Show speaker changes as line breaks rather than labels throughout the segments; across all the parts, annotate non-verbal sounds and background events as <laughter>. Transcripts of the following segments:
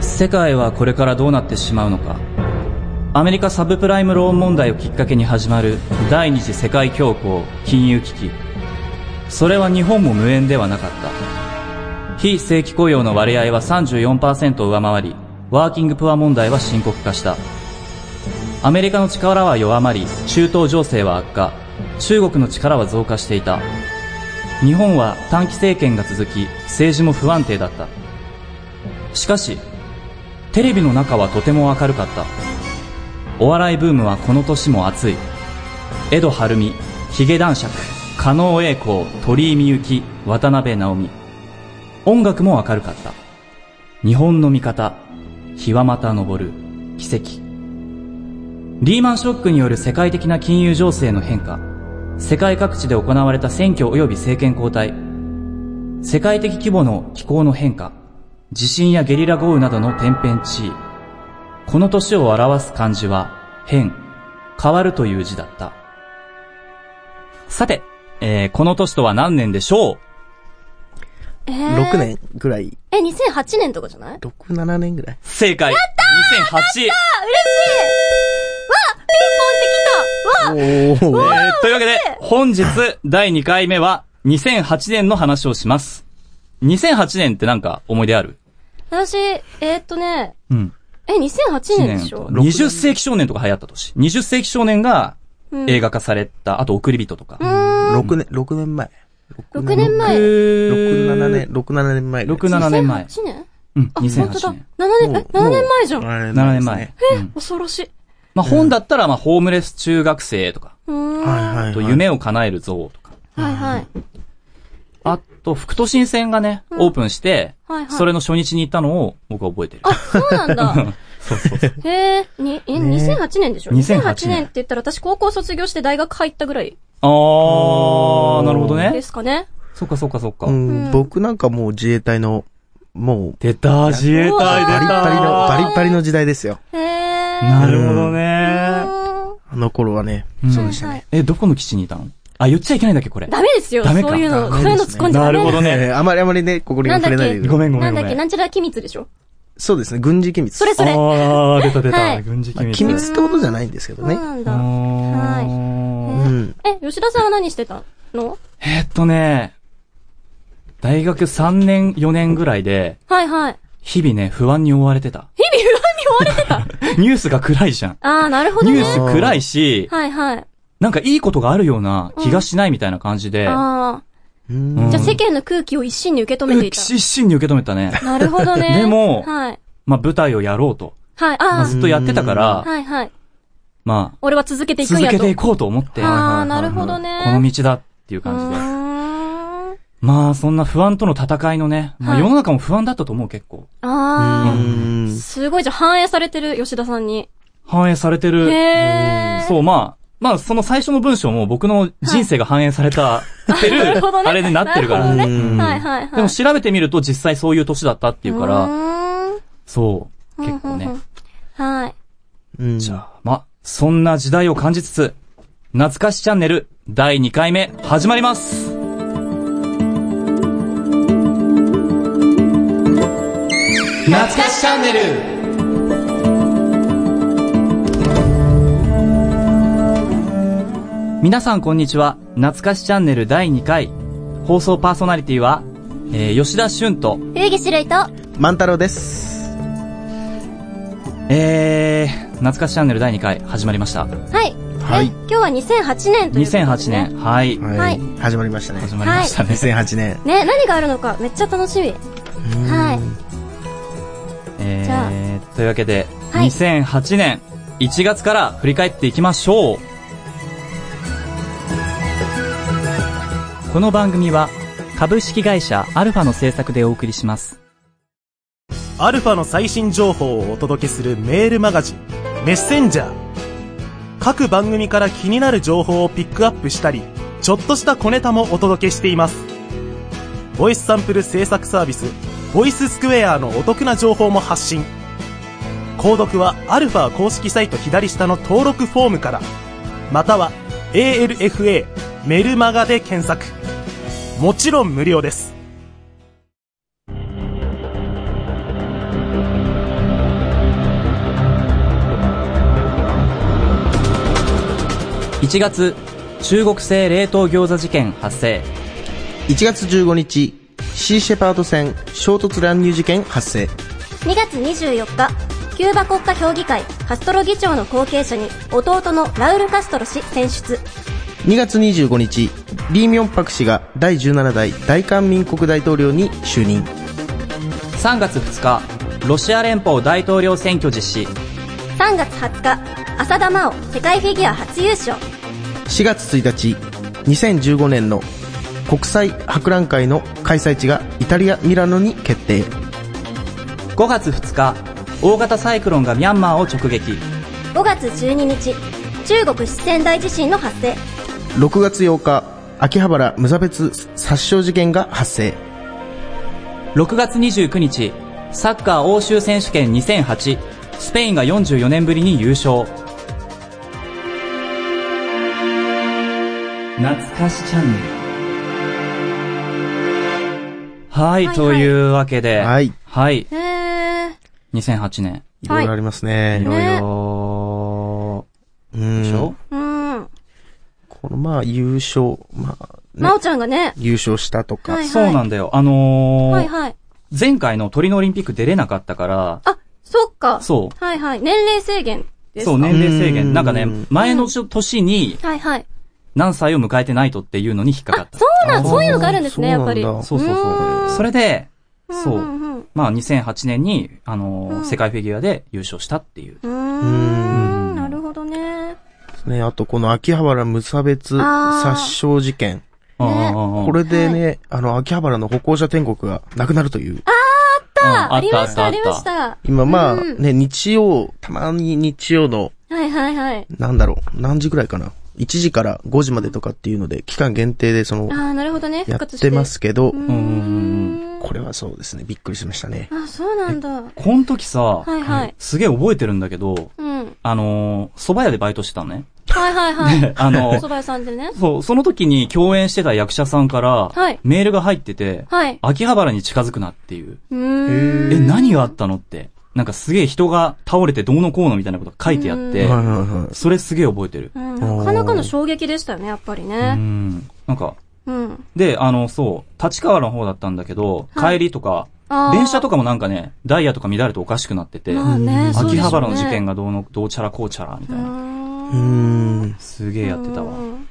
世界はこれからどうなってしまうのかアメリカサブプライムローン問題をきっかけに始まる第二次世界恐慌金融危機それは日本も無縁ではなかった非正規雇用の割合は34%を上回りワーキングプア問題は深刻化したアメリカの力は弱まり中東情勢は悪化中国の力は増加していた日本は短期政権が続き政治も不安定だったしかしテレビの中はとても明るかったお笑いブームはこの年も熱い江戸晴美ヒゲ男爵加納栄光鳥居みゆき渡辺直美音楽も明るかった日本の味方日はまた昇る奇跡リーマンショックによる世界的な金融情勢の変化世界各地で行われた選挙及び政権交代世界的規模の気候の変化地震やゲリラ豪雨などの天変地異この年を表す漢字は変、変わるという字だった。さて、えー、この年とは何年でしょう
えー、
6年ぐらい。
え、2008年とかじゃない
6、7年ぐらい。
正解やったー !2008!
あ、嬉しいわピンポンってきたわ
おー。
えー、というわけで、本日第2回目は2008年の話をします。2008年ってなんか思い出ある
私、えー、っとね、
うん。
え、2008年でしょ
20世紀少年とか流行った年。20世紀少年が
うん
映画化された、あと送り人とか。
6年、6年前。
6年前。
6、
6
7年、6、7年前ぐらい。
6、7年前。
2008年
うん、
あ、本当
2008
だ7
年。。
年、え、
もう
7年前じゃん。
7
7年
です
前
ね。。
うん
恐ろしい。
まあ、本だったら、まあ、ホームレス中学生とか、
うーん。
はいはい、は
あ
い。
と、夢を叶える像とか、
はいはい。
あと、副都心線がね、オープンして、
はいはい。
それの初日に行ったのを僕は覚えてる。
あ、そうなんだ。
<laughs> そうそうそう。
へえ、に、え、
ねえ
2008年でしょ
2008
2008年って言ったら私高校卒業して大学入ったぐらい
あー、なるほど
で
ね。
すかね。
そっかそっかそっか
う。
うん
ん、僕なんかもう自衛隊の、もう、
出た、自衛
隊
バリ
出
ッ
た
バリの、バリッバリの時代ですよ。
へえ。
なるほどね。
そ
あの頃はね。
そうで
し
したね。
え、どこの基地にいたのあ、言っちゃいけないんだっけ、これ。
ダメですよ。
ダメか
そういうの、
ダ
そう
メ
いう
で
の突
すね
っ込んじゃダメ
なるほどね。
えーあまりあまりね、ここには触れないで
なんだっ
くだ
ご
さい。
めんごめ
なんん
ご
だっ
め
け、
ん。
なんちゃら機密でしょ
そうですね、軍事機密。
それそれ。そ
あー、出た出
はい
た。軍事機
まあ
密。
機密ってことじゃないんですけ
う
どね。
なん
あ
だ。
ー
うん。
え、吉田さんは何してたの
えーっとね、大学3年、4年ぐらいで、
はいはい。
日々ね、不安に追われてた。
日々不安に追われてた。
<laughs> ニュースが暗いじゃん。
あー、なるほど
ニュ
ね
ー。ス暗いし、
はいはい。
なんかいいことがあるような気がしないみたいな感じで、
あ
う
うん
ー。じゃあ世間の空気を一身に受け止めていた。
一心に受け止めた
<laughs>
ね。
なるほどね。
<laughs> でも
はい。
まあ舞台をやろうと。
はい、
まあ
あ
ずっとやってたから
ー。、はいはい。
ま
俺は続けて
あ、
いくん
続
やと。
けていこうと思って、こ
あー、なるほどね。
の道だっていう感じで。
感じで。
まあ、そんな不安との戦いのね、ま
は
あ
い
世の中も不安だったと思う結構。
あ
う
ー。
ん
すごい、じゃあ反映されてる、吉田さんに。
反映されてる。
へー。
そう、まあ、まあ、その最初の文章も僕の人生が反映された、って
なる
る
ほど、ね
あれになってるか
な
ら。
るほど
うん
ね。はいはいはい。
でも調べてみると実際そういう年だったっていうか
う
ら、
ーん
そう、結構。
うんう
ね
ん。うんはい。
うん。
じゃあ、まあ、そんな時代を感じつつ、懐かしチャンネル第2回目始まります懐かしチャンネル皆さんこんにちは。懐かしチャンネル第2回。放送パーソナリティは、えー、吉田俊と、
冬木白いと、
万太郎です。
えー、懐かしチャンネル第2回始まりました。
はい。
はい
え今日は2008年ということで。
2008年、。はい、
はい
始まりましたね。
始まりましたね。
2008年。
ね、何があるのかめっちゃ楽しみ。はい。
え
じゃ
ー、というわけで、
はい
2008年1月から振り返っていきましょう。この番組は株式会社アルファの制作でお送りします。
アルファの最新情報をお届けするメールマガジン、メッセンジャー。各番組から気になる情報をピックアップしたり、ちょっとした小ネタもお届けしています。ボイスサンプル制作サービス、ボイススクエアのお得な情報も発信。購読はアルファ公式サイト左下の登録フォームから、または ALFA メルマガで検索。もちろん無料です。
1月、中国製冷凍餃子事件発生。
1月15日、シーシェパード戦衝突乱入事件発生。
2月24日、キューバ国家評議会カストロ議長の後継者に弟のラウル・カストロ氏選出。
2月25日、リー・ミョンパク氏が第17代大韓民国大統領に就任。
3月2日、ロシア連邦大統領選挙実施。
3月20日、浅田真央世界フィギュア初優勝。
4月1日、2015年の国際博覧会の開催地がイタリア・ミラノに決定。
5月2日、大型サイクロンがミャンマーを直撃。
5月12日、中国四川大地震の発生。
6月8日、秋葉原無差別殺傷事件が発生。
6月29日、サッカー欧州選手権2008、スペインが44年ぶりに優勝。懐かしチャンネル。はい、
いはい
というわけで、
はい。
はい、
へー。
2008年。
い
は
ろ
い
いろあります
い
ね。
ろいろ、
うん。
でしょ、
うん。
このまあ優勝、まあ、ね
真央ちゃんがね。
優勝したとか、
はい
そうなんだよ。あのー
はいはい。
前回のトリノオリンピック出れなかったから、
あ、そっか。
そう。
はいはい。年齢制限ですか
そう、年齢制限。なんかね
うん、
前の年に
はいはい。
何歳を迎えてないとっていうのに引っかか
あ
っ、た。
そうなん、
あ
そういうのがあるんですね、やっぱり。
そうなんだ
そうそうそうう。
ん
それで、
うん
そうう。
ん
まあ、2008年に、あのー
うん
世界フィギュアで優勝したっていう。
うん。うーん。なるほどね。
ね、あとこの秋葉原無差別殺傷事件。
ああああ
これでね、あの、秋葉原の歩行者天国がなくなるという。
うん
あ、ありました、
あ
あ
っ
り
た
まし。た。
今まあ、
うん
ね、日曜、たまに日曜の、
はいはいはい。
なんだろう、何時ぐらいかな。1時から5時までとかっていうので、期間限定でその
あ、あ、なるほどね。
や
復
っ
活して。
てますけど
う、
うんうん
ー
うん。
ん。
これはそうですね、びっくりしましたね。
あ、そうなんだ。は
この時さ、
いはい。
すげえ覚えてるんだけど、
うん。
あのー、蕎麦屋でバイトしてたのね。
はいはいはい。
<laughs> あの
お
ー
蕎麦屋さんでね。
そう、その時に共演してた役者さんから
はい、
メールが入ってて、
はい。
秋葉原に近づくなっていう。
うーん。
え、何があったのって。なんかすげえ人が倒れてどうのこうのみたいなことが書いてあっ
は
て
い、はいはい。
それすげえ覚えてる。
うんなかなかの衝撃でしたよね、やっぱり
う
ね。
ん。なんか、
うん。
で、あの、そう、立川の方だったんだけど、
はい
帰りとか、
あー
電車とかもなんかね、ダイヤとか乱れておかしくなってて、
まあね、そうで
秋
しょうね
葉原の事件がどうの、どうちゃらこうちゃら、みたいな。
うーん。
すげえやってたわ。
うん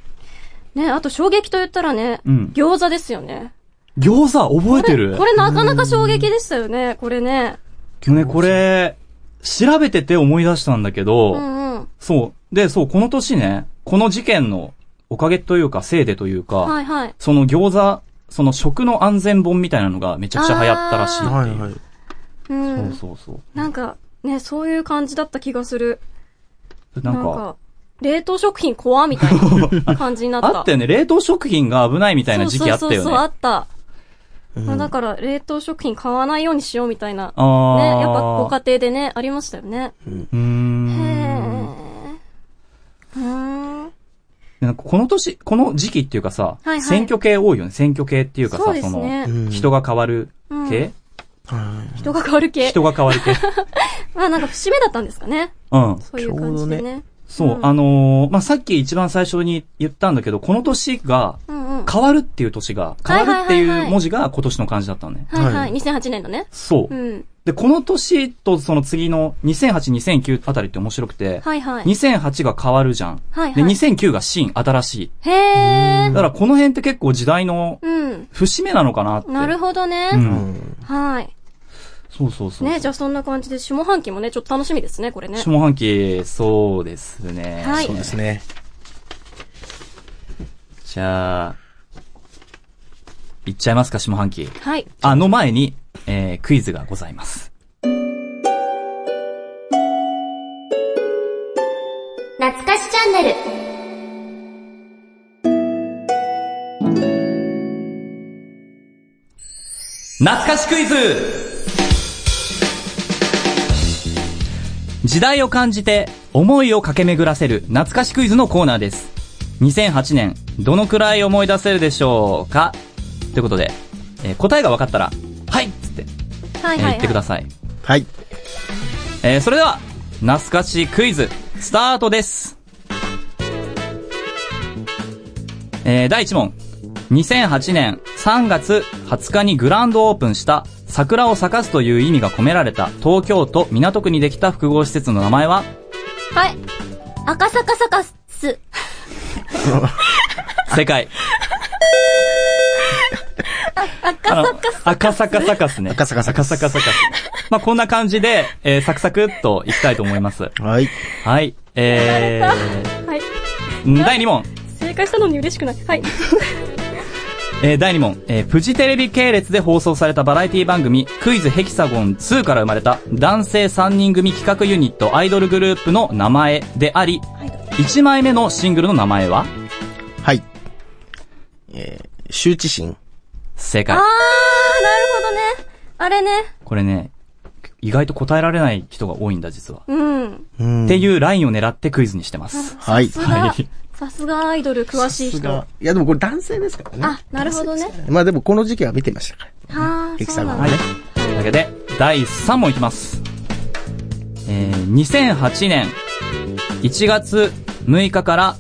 ね、あと衝撃と言ったらね、
うん
餃子ですよね。
餃子覚えてる
<laughs> これなかなか衝撃でしたよね、これね。
ね、これ、調べてて思い出したんだけど、
うんうん。
そう。で、そう、この年ね、この事件のおかげというか、せいでというか、
はいはい。
その餃子、その食の安全本みたいなのがめちゃくちゃ流行ったらしいっていう。
はいはい。
う。
そうんそうそう。
なんか、ね、そういう感じだった気がする。
なんか、
冷凍食品怖みたい
<laughs>
な感じになった。
あったよね。冷凍食品が危ないみたいな時期あったよね。
そうそうそうそう、あった。
うん
まあだから、冷凍食品買わないようにしようみたいな。
あ
ね、
ー
やっぱご家庭でね、ありましたよね。
うー
へ
ん。
ー。うーん。
なんかこの年、この時期っていうかさ、
いはい
選挙系多いよね。選挙系っていうかさ、
そうですね。
うん
の、人が変わる系、
はい
人が変わる系。
人が変
<laughs>
わる系。
まあなんか節目だったんですかね。
うん。
そういう感じでね。
そう、
うん
あのーまあ、さっき一番最初に言ったんだけど、この年が、
うんうん。は
変わるっていう年が、変わるってい
はいはいはいは
う
い
文字が今年の漢字だったのね。
いは。
はいい
2008年だね。
そうう。
ん。
で、この年とその次の2008、2009あたりって面白くて、
はいはい。
2008が変わるじゃん。
はい
で、
はい。
2009が新、新しい。
へえ。
だからこの辺って結構時代の
うん。
節目なのかなって。
なるほど
う
ね。
ん。
はい。
そうそうそう。
ね、じゃあそんな感じで下半期もね、ちょっと楽しみですね、これね。
下半期、そうですね。
はい
そうですね。
じゃあ、いっちゃいますか、下半期。
はい。
あの前に、えー、クイズがございます。
懐かしチャンネル。
懐かしクイズ時代を感じて、思いを駆け巡らせる懐かしクイズのコーナーです。2008年、どのくらい思い出せるでしょうかということで、えー答えが分かったら、はいっつって、
は
え
い
ー
はい。
言ってくだ
さ
さい。
はい。
えーそれでは、懐かしクイズ、スタートです。えー第1問。2008年3月20日にグランドオープンした桜を咲かすという意味が込められた東京都港区にできた複合施設の名前は
はい。赤坂サカス。
正解。
赤坂サカ
赤坂サカスね。
赤坂サカス
赤坂サカス。まあ、こんな感じで、えーサクサクっといきたいと思います。
はい。
はい。え
はい。
<laughs>
ー、第2問。
正解したのに嬉しくない。
<laughs>
はい。
えー第2問、えーフジテレビ系列で放送されたバラエティ番組、クイズヘキサゴン2から生まれた男性3人組企画ユニットアイドルグループの名前であり、1枚目のシングルの名前は
はい。えー、羞恥心。
正
あー、
解
なる。ほどね。あれね。
これね、意外と答えられない人が多いんだ、実は。
うん。
うん
っていうラインを狙ってクイズにしてます。
はい。
さすが、
はい
さすがアイドル詳しい
い
人。
や、でもこれ男性ですからね。
あ、なるほどね。
まあでもこの時期は見てましたから。
はあ、
ヘキ
そ
サ
う
ゴ
な
ン
ん
は
だ
い。。というわけで、第3問いきます。えー、2008年1月6日から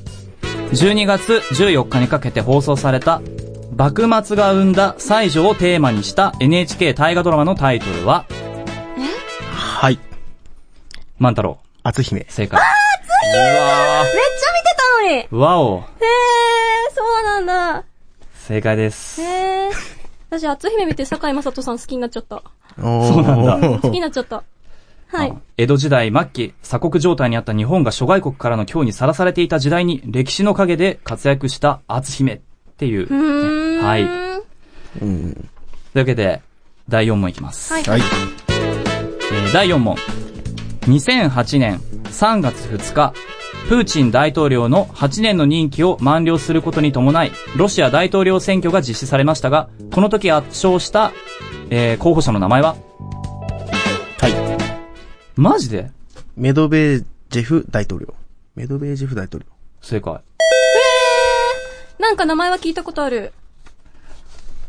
12月14日にかけて放送された、幕末が生んだ西条をテーマにした NHK 大河ドラマのタイトルは、
はい。
万太郎。
篤姫。
正解。うわ
めっちゃ見てたのにへ
ーわお。
え、そうなんだ。
正解です。
へえ。
私、厚姫見て堺雅人さん好きになっちゃった。
そうなんだ。
好きになっちゃった。はい
あ。の江戸時代末期、鎖国状態にあった日本が諸外国からの脅威にさらされていた時代に歴史の陰で活躍した篤姫っていう。
うーん。
はい
うん。
というわけで、第4問いきます。
はい
はい。
えー第4問。2008年3月2日、プーチン大統領の8年の任期を満了することに伴い、ロシア大統領選挙が実施されましたが、この時圧勝した、えー候補者の名前は
はい。
マジで
メドベージェフ大統領。メドベージェフ大統領。
正解。
なんか名前は聞いたことある。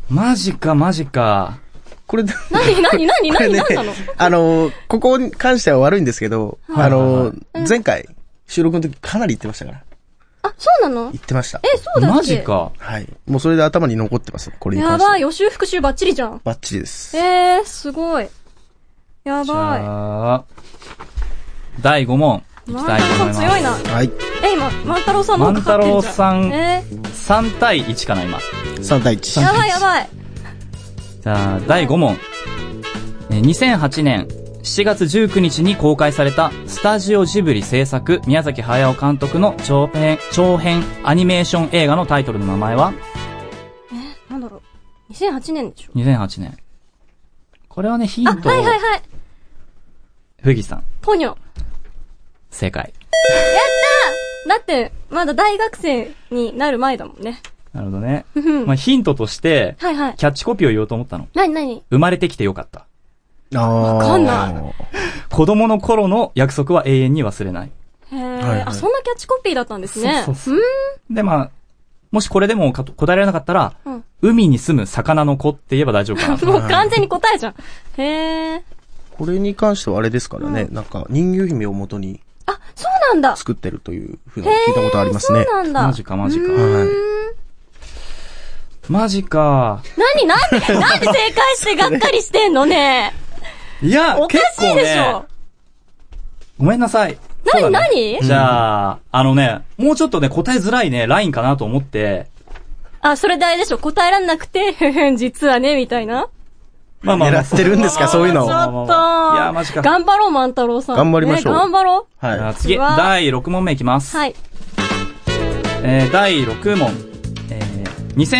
マジか、マジか。
これ、
なになになにな
これ
に
ね
なんなの、
あのー、ここに関しては悪いんですけど、
はい
あのー
は、
前回、収録の時かなり言ってましたから。
あ、そうなの
言ってました。
え、そうだっけ
マジ。か。
はい。もうそれで頭に残ってます、これに
や
関しては。
ばい、予習復習バッチリじゃん。
バッチリです。
えー、すごい。や
じ
ば
ゃあ、第5問。
い。
い
万
き
太
た
郎さん
いと思いま
強
す。
いな。
はい。
え、今、万太郎さんの方かかってんじゃん。
万太郎さん
え
3対1かな、今。
3対1。
ー、やばいやばい。
じゃあ、第5問。えー2008年7月19日に公開されたスタジオジブリ制作宮崎駿監督の長編、長編アニメーション映画のタイトルの名前は
なんだろう。2008年でしょ。
?2008 年。これはね、ヒン
あ、
トを
はいはいはい。
藤木さん、
ポニョ。
正解。
だって、まだ大学生になる前だもんね。
なるほ
<laughs>
どね。
ん
まあ、ヒントとして、
はいはい。
キャッチコピーを言おうと思ったの。
なになに
生まれてきてよかった。
わ。
かんない
子供の頃の約束は永遠に忘れない。
へえ、
はいはい
あ、そんなキャッチコピーだったんですね。
そうそうそうで、まあ、もしこれでもか答えられなかったら、
うん
海に住む魚の子って言えば大丈夫か
<laughs>
なと。
もう完全に答えじゃん。へえ。
これに関してはあれですからね、なんか人魚姫を元に
あ、そうなんだ。
作ってるというふうなの聞いたことありますね。
そうなんだ。
マジかマジか。
はい。
マジか。
何なんで、なんで正解してがっかりしてんの
<laughs>
ね
いや、
おか
結
し
構
いでしょ
ね。。ごめんなさい。
なに
そうだ
な
ね
に
じゃあ、あのね、もうちょっとね、答えづらいね、ラインかなと思って、
あ、それであれでしょ。答えらんなくて、 <laughs> ふふん、実はね、みたいな。
まあまあまあ、
狙ってるんですか、そういうの
ちょ
を。
あ
は
ー
っと。
いやマジか
頑張ろう、万太郎さん。
頑張りましょう
ね頑張ろ
じゃあ
い。
次、
うわ
第6問目いきます。
う。はい。
えー第6問、えー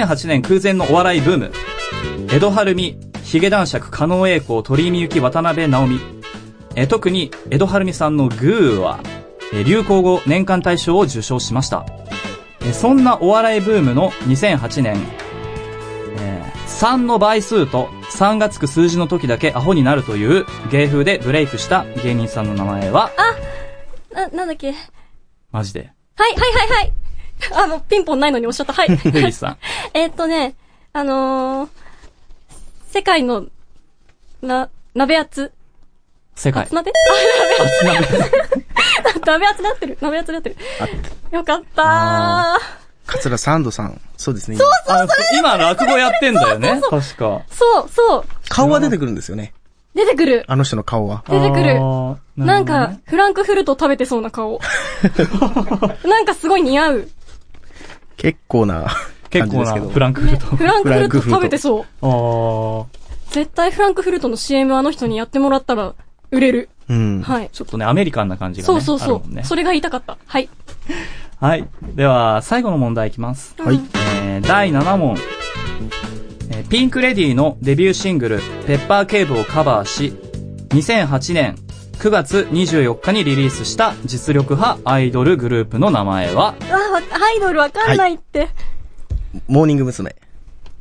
2008年空前のお笑いブーム。江戸晴美、ヒゲ男爵、加納栄光、鳥居みゆき、渡辺直美。えー特に、江戸晴美さんのグーは、えー流行語年間大賞を受賞しました。えーそんなお笑いブームの2008年、えー3の倍数と3がつく数字の時だけアホになるという芸風でブレイクした芸人さんの名前は、
な、なんだっけ。はい、
マジで、
はい、はい、 <laughs> はい。あ、もうピンポンないのにおっしゃっ
<laughs>
た。はい。
フリスさん。
<laughs> えっとね、あのー、世界の、な、鍋厚。
世界
厚。鍋、 <laughs> あ、鍋厚。鍋厚になってる。鍋厚になってる。よかったー。
桂三度さん。そうですね。
あ今、落語やってんだよね。確か。
そう、そう。
顔は出てくるんですよね。
出てくる。
あの人の顔は。
出てくる
あー
なん、
るほどね
か、フランクフルト食べてそうな
<laughs>
顔。なんかすごい似合う。
結構な
結
感じ
構
ですけ
な、
ど。
フランクフルト。
フランクフルト食べてそう。
あー
絶対フランクフルトの CM あの人にやってもらったら売れる。
うん。
はい。
ちょっとね、アメリカンな感じがね。
そうそう
あ
そ
るもん
う、
ね
それが言いたかった。はい。
はい。では、最後の問題いきます。
はい。
えー第7問。えーピンク・レディーのデビューシングル、ペッパー・ケーブをカバーし、2008年9月24日にリリースした実力派アイドルグループの名前は、
あ、わアイドルわかんないって。
モーニング娘。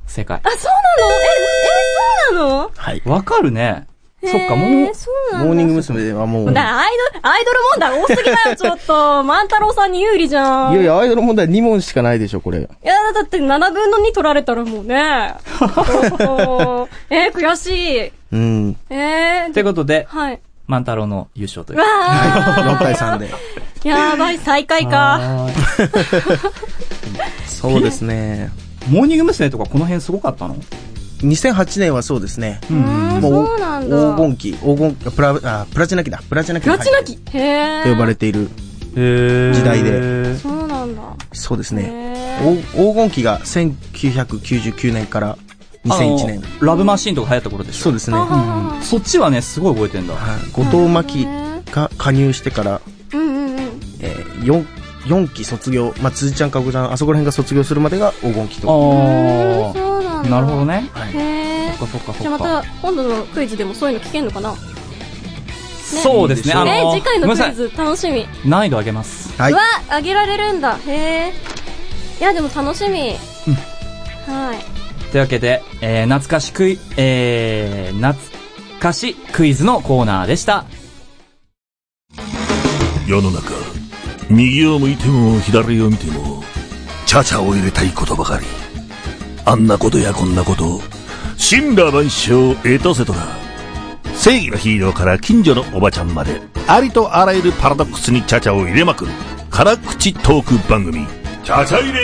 正解
あ、。そうなのえ、え、そうなの
はい。
わかるね。そっか、
え
も
ーそうなの
モーニング娘。はもう。
だからアイドル、アイドル問題多すぎだよ、ちょっと。万太郎さんに有利じゃん。
いやいや、アイドル問題2問しかないでしょ、これ。
いや、だって7分の2取られたらもうね。ちょっとえー、悔しい。
うん。
え
う、
ー、
ということで、
はい。
万太郎の優勝という
う。わ
4対3で。
<laughs> ー、やばい、最下位か。
はーい
そうですね。
モーニング娘。とかこの辺すごかったの
2008年はそうですね。
うーん、
もう
そうなん
黄
だ。
金期、黄金期、プラ、あ、プラチナ期だ。プラチナ期
プ
に入
ラ
っ
チナ期。へー。
と呼ばれている。時
時
代で
そうなんだ。
そうですね。
へー
お黄金期が1999年から2001年。
ラブマシーンとか流行った頃でしょ
そうですね。
あは
はい
はは
そっちはね、すごい覚えてんだ。
後藤真希が加入してから、
うんうんうん。
えー、4、四期卒業。まあ、辻ちゃん、かこちゃん、あそこら辺が卒業するまでが黄金期
あ
と。
うーん
ー。
そうなんだ。
なるほど。ね。
はい
へー
そっかそっかそっか。
じゃあまた、今度のクイズでもそういうの聞けんのかな
そうですね。
ね
あの
えー、次回の
ごめんな
ク
さ
イ
い。
ズ楽しみ。
難易度上げます。
はいう
わ。、あげられるんだ。へえ。いや、でも楽しみ。はい。
というわけで、えー、懐かしクイ、えー、懐かしクイズのコーナーでした。
世の中右を向いても左を見てもチャチャを入れたいことばかりあんなことやこんなこと神羅万象エトセトラ正義のヒーローから近所のおばちゃんまでありとあらゆるパラドックスにチャチャを入れまくる辛口トーク番組チャチャ入れ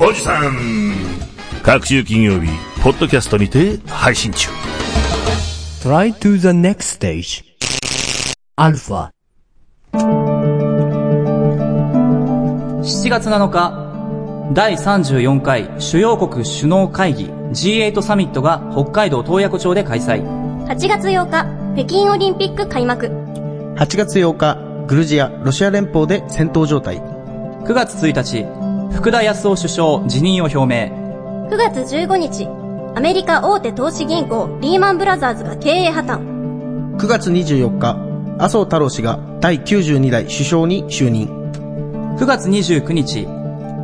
おじさん各週金曜日ポッドキャストにて配信中
Try to the next stage. Alpha.
7月7日、第34回主要国首脳会議 G8 サミットが北海道洞爺湖町で開催。
8月8日、北京オリンピック開幕。
8月8日、グルジア、ロシア連邦で戦闘状態。
9月1日、福田康夫首相辞任を表明。
9月15日、アメリカ大手投資銀行リーマンブラザーズが経営破綻。
9月24日、麻生太郎氏が第92代首相に就任。
9月29日、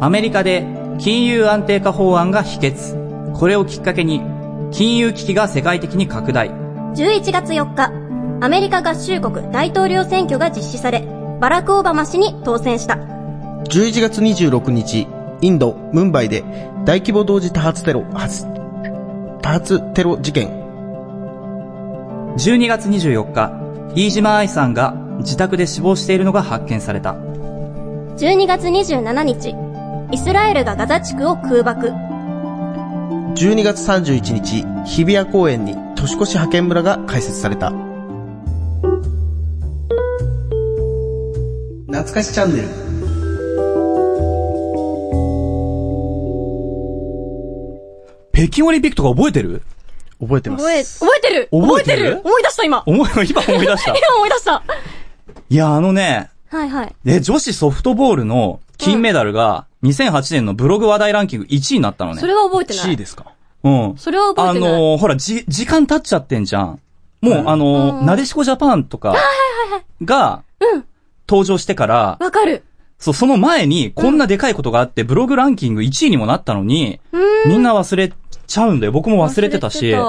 アメリカで金融安定化法案が否決。これをきっかけに、金融危機が世界的に拡大。
11月4日、アメリカ合衆国大統領選挙が実施され、バラク・オバマ氏に当選した。
11月26日、インド、ムンバイで大規模同時多発テロ、発多発テロ事件。
12月24日、飯島愛さんが自宅で死亡しているのが発見された。
12月27日、イスラエルがガザ地区を空爆。
12月31日、日比谷公園に年越し派遣村が開設された。懐かしチャンネル。
北京オリンピックとか覚えてる
覚えてま
覚え、
す。
覚えてる
覚えてる
思い出した今今
思い、今思い出した。
思い出した
<laughs> いや、あのね、
<laughs> はいはい。
え、女子ソフトボールの金メダルが2008年のブログ話題ランキング1位になったのね。
それは覚えてない。
ですか
うん。
それは覚えてない
あのーほら、じ、時間経っちゃってんじゃん。もう、あのーなでしこジャパンとか、が、登場してから、
わかる。
そう、その前に、こんなでかいことがあって、ブログランキング1位にもなったのに、みんな忘れちゃうんだよ。僕も忘れてたし、
忘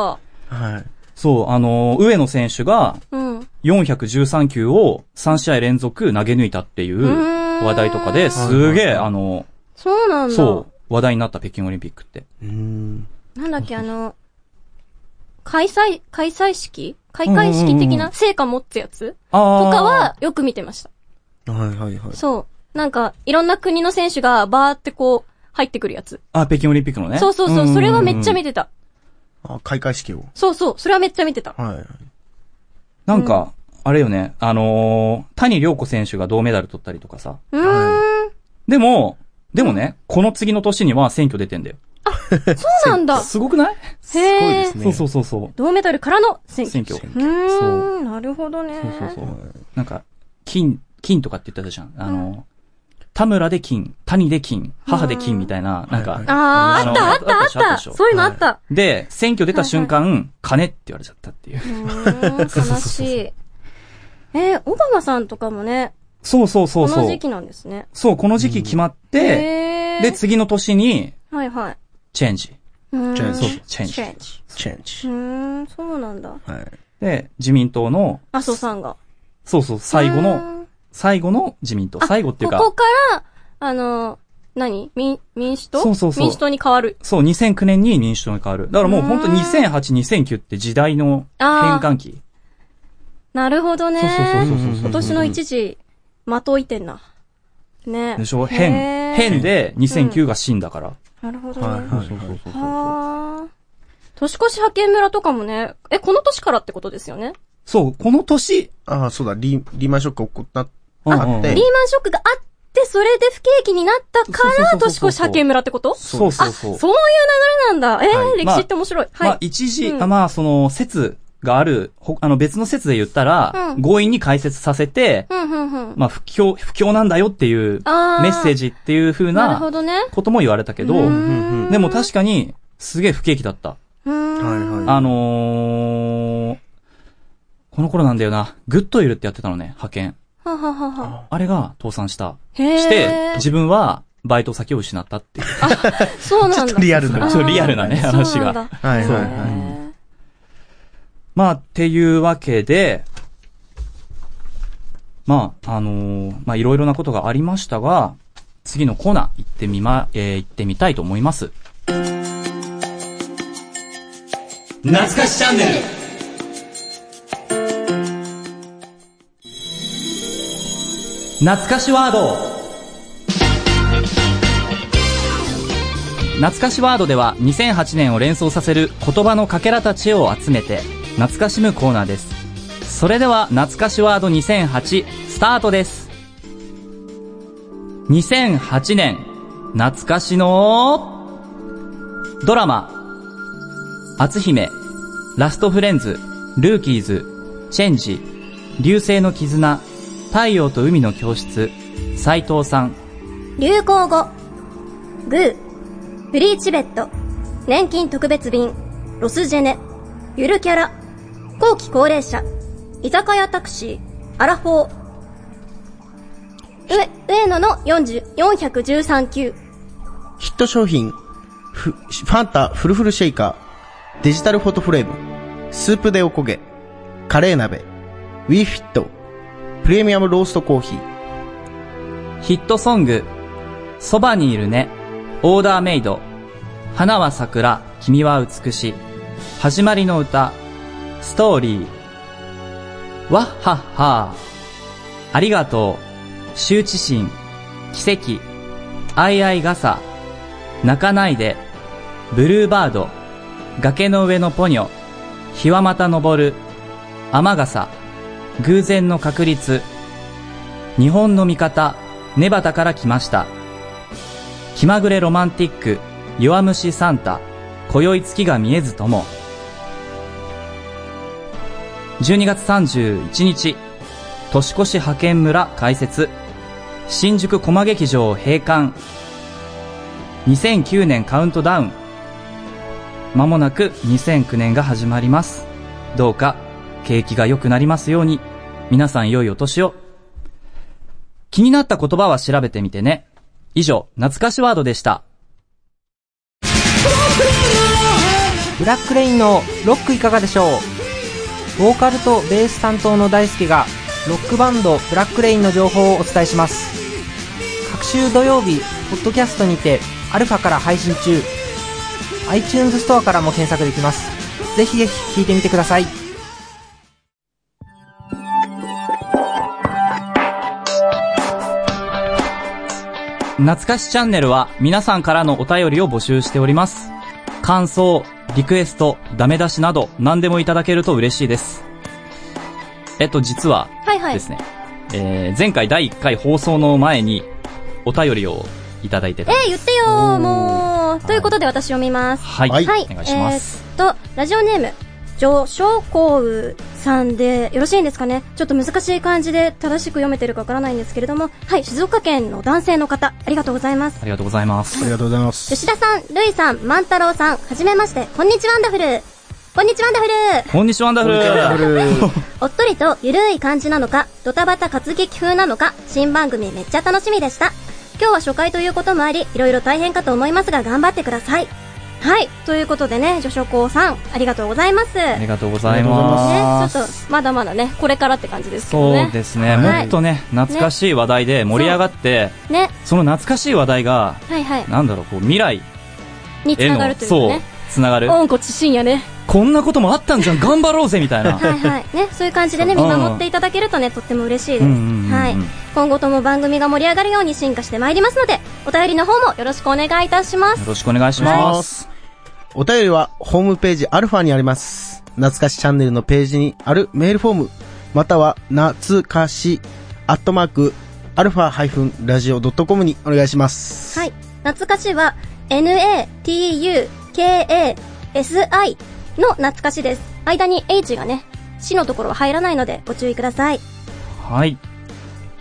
はい。
そう、あのー上野選手が、
れてたうん。
413球を3試合連続投げ抜いたっていう
ーん
話題とかで、すげえ、あの
そうなん
ー
だ。
そう、話題になった北京オリンピックって。
うん。
なんだっけ、あの、開催、開催式開会式的な成果持ってやつ
あ
と
あ。
かはよく見てました。
はいはいはい。
そう。なんか、いろんな国の選手がバーってこう、入ってくるやつ。
あ、北京オリンピックのね。
そうそうそう、それはめっちゃ見てた。
あ開会式を。
そうそう、それはめっちゃ見てた。
はい。
なんか、あれよね、あのー谷良子選手が銅メダル取ったりとかさ。
うーん。
でも、でもね、この次の年には選挙出てんだよ。
そうなんだ。
すごくない、
すごいですね。
そうそうそうそう。
銅メダルからの選挙。
選挙。そう
うーん、なるほどね。
そうそう。なんか、金、金とかって言ってたじゃん。あの、田村で金、谷で金、母で金みたいな、なんか、
あー、あ
の
ったあったあっ
あ
た
でしょ
そういうのあった。
で、選挙出た瞬間、金って言われちゃったっていう。
うーん、悲しい。えー、オバマさんとかもね、
そうそうそ
こ
うそ
の
う
時。期なんですね。
そう、この時期決まって、
へー
で、次の年に、
はいはい。
チェンジ。
うーん
チェンジ
そう、チェン
チ
ジ。
ェンジ。
チェン
う
ジ。
ーん、そうなんだ。
はい。
で、自民党の、
麻生さんが。
そうそう、最後
う
の、
ーん
最後の自民党。
あ
最後っていう
ここか
か、
ら、あの、何民、民主党
そうそうそう
民主党に変わる。
そう、2009年に民主党に変わる。だからもう本当
うん
2008、2009って時代の変
あー、
換期。
なるほどね。
うそう
今年の一時、的をいてんな。ね
でしょ
へ
変。
ー
変で2009が死んだから。
なるほどね。
はいはい
そうそう
は
そうそう。
はあ。年越し派遣村とかもね、え、この年からってことですよね
そう、この年、
ああ、そうだ、リーリーマンショック起こった。
うんうん
あって
リーマンショックがあって、それで不景気になったから、
そうそう
年
そうそう
越し派遣村ってこと
そうそう
あ、
そ
そう
う
いう。流れなんだ。えー
はい
歴史って面白い。は
まあ
い、。
一時、
うん
あまあ、その、説がある、ほあの、別の説で言ったら、
うん
強引に解説させて、
うん、うん、うん。
まあ、不況、不況なんだよっていう、
あー
メッセージっていう風
なるほ
な、
どね。
ことも言われたけど、
うん
でも確かに、すげえ不景気だった。
うーん。
はいはい。
あのー、この頃なんだよな、グッドイルってやってたのね、派遣。
はははは。
あれが倒産した。
へ
して、
え。
自分は、バイト先を失ったっていう。
そうなんだ。
リアル
ちょ
な。
っ
は
とリアルなね、
あー
話
そうなん
が。
だ
いはい
そう
は
まあ、っていうわけで、まあ、あのーまあ、いろいろなことがありましたが、次のコーナー行ってみま、えー行ってみたいと思います。懐かしチャンネル懐かしワード懐かしワードでは2008年を連想させる言葉のかけらたちを集めて懐かしむコーナーですそれでは懐かしワード2008スタートです2008年懐かしのドラマ篤姫ラストフレンズルーキーズチェンジ流星の絆太陽と海の教室斎藤さん
流行語。グー。フリーチベット。年金特別便。ロスジェネ。ゆるキャラ。後期高齢者。居酒屋タクシー。アラフォー。上、上野の40 413級。
い。ヒット商品、フファンタフルフルシェイカー、デジタルフォトフレーム、スープでおこげ、カレー鍋、ウィーフィット、プレミアムローストコーヒー、
ヒットソング、そばにいるね、オーダーメイド、花は桜、君は美しい、始まりの歌、ストーリー、わっはっはありがとう、羞恥心、奇跡、あいあい傘、泣かないで、ブルーバード、崖の上のポニョ、日はまた昇る、雨傘、偶然の確率、日本の味方、ネバタから来ました。気まぐれロマンティック、弱虫サンタ、今宵月が見えずとも。12月31日、年越し派遣村開設、新宿駒劇場閉館、2009年カウントダウン、まもなく2009年が始まります。どうか、景気が良くなりますように、皆さん良いお年を。気になった言葉は調べてみてね。以上、懐かしワードでした。
ブラックレインのロックいかがでしょうボーカルとベース担当の大輔がロックバンドブラックレインの情報をお伝えします各週土曜日ポッドキャストにてアルファから配信中 iTunes ストアからも検索できますぜひぜひ聴いてみてください
懐懐かしチャンネルは皆さんからのお便りを募集しております。感想、リクエスト、ダメ出しなど何でもいただけると嬉しいです。えっと、実は
はいはい
で。すね、えー前回第1回放送の前にお便りをいただいてた。
えー、言ってよー、もう。ということで私読みます。
はい、
はい
はい。
お願いします。
えーっと、ラジオネーム、上昇幸雨さんでよろしいんですかねちょっと難しい漢字で正しく読めてるかわからないんですけれども、はい、静岡県の男性の方、ありがとうございます。
ありがとうございます。
ありがとうございます。
吉田さん、ルイさん、万太郎さん、はじめまして、こんにちはワンダフルこんにちはワンダフル
こんにちは、ワンダフル
おっとりとゆるい感じなのか、ドタバタ活劇風なのか、新番組めっちゃ楽しみでした。今日は初回ということもあり、いろいろ大変かと思いますが頑張ってください。はい、ということでね、女子高さん、ありがとうございます。
ありがとうございます。
ね、ちょっと、まだまだね、これからって感じですけど
そう
ね。
ですね、
はい
もっとね、懐かしい話題で盛り上がって、
ね、
その懐かしい話題が、
はいはい。
なんだろう、こう未来
につ
へ
なが
の、
るというか
そう
ね。、
つながる。
温故知新やね。
こんなこともあったん
<laughs>
じゃん、頑張ろうぜみたいな。
はいはい。ね、そういう感じでね、見守っていただけるとね、とっても嬉しいです。
うんうんうんうん
はい。今後とも番組が盛り上がるように進化してまいりますので、お便りの方もよろしくお願いいたします
よ。ろしくお願いします。
お便りはホームページアルファにあります。懐かしチャンネルのページにあるメールフォーム、または、懐かし、アットマーク、アルファハイフンラジオドットコムにお願いします。
はい。懐かしは、n-a-t-u-k-a-s-i の懐かしです。間に h がね、死のところは入らないのでご注意ください。
はい。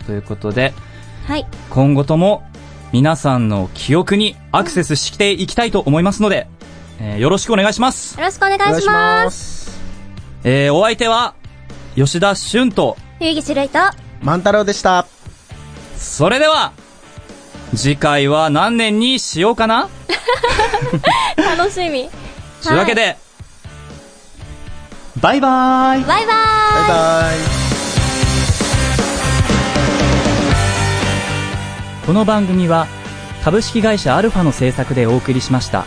ということで、
はい。
今後とも皆さんの記憶にアクセスしていきたいと思いますので、えーよろしくお願いします。
よろしくお願いします。
す。
えーお相手は、吉田俊と、
ゆうぎしるいと、
万太郎でした。
それでは、次回は何年にしようかな
楽しみ。
というわけで、
バイバーイ
バイバーイ
バイバイ。
この番組は株式会社アルファの制作でお送りしました。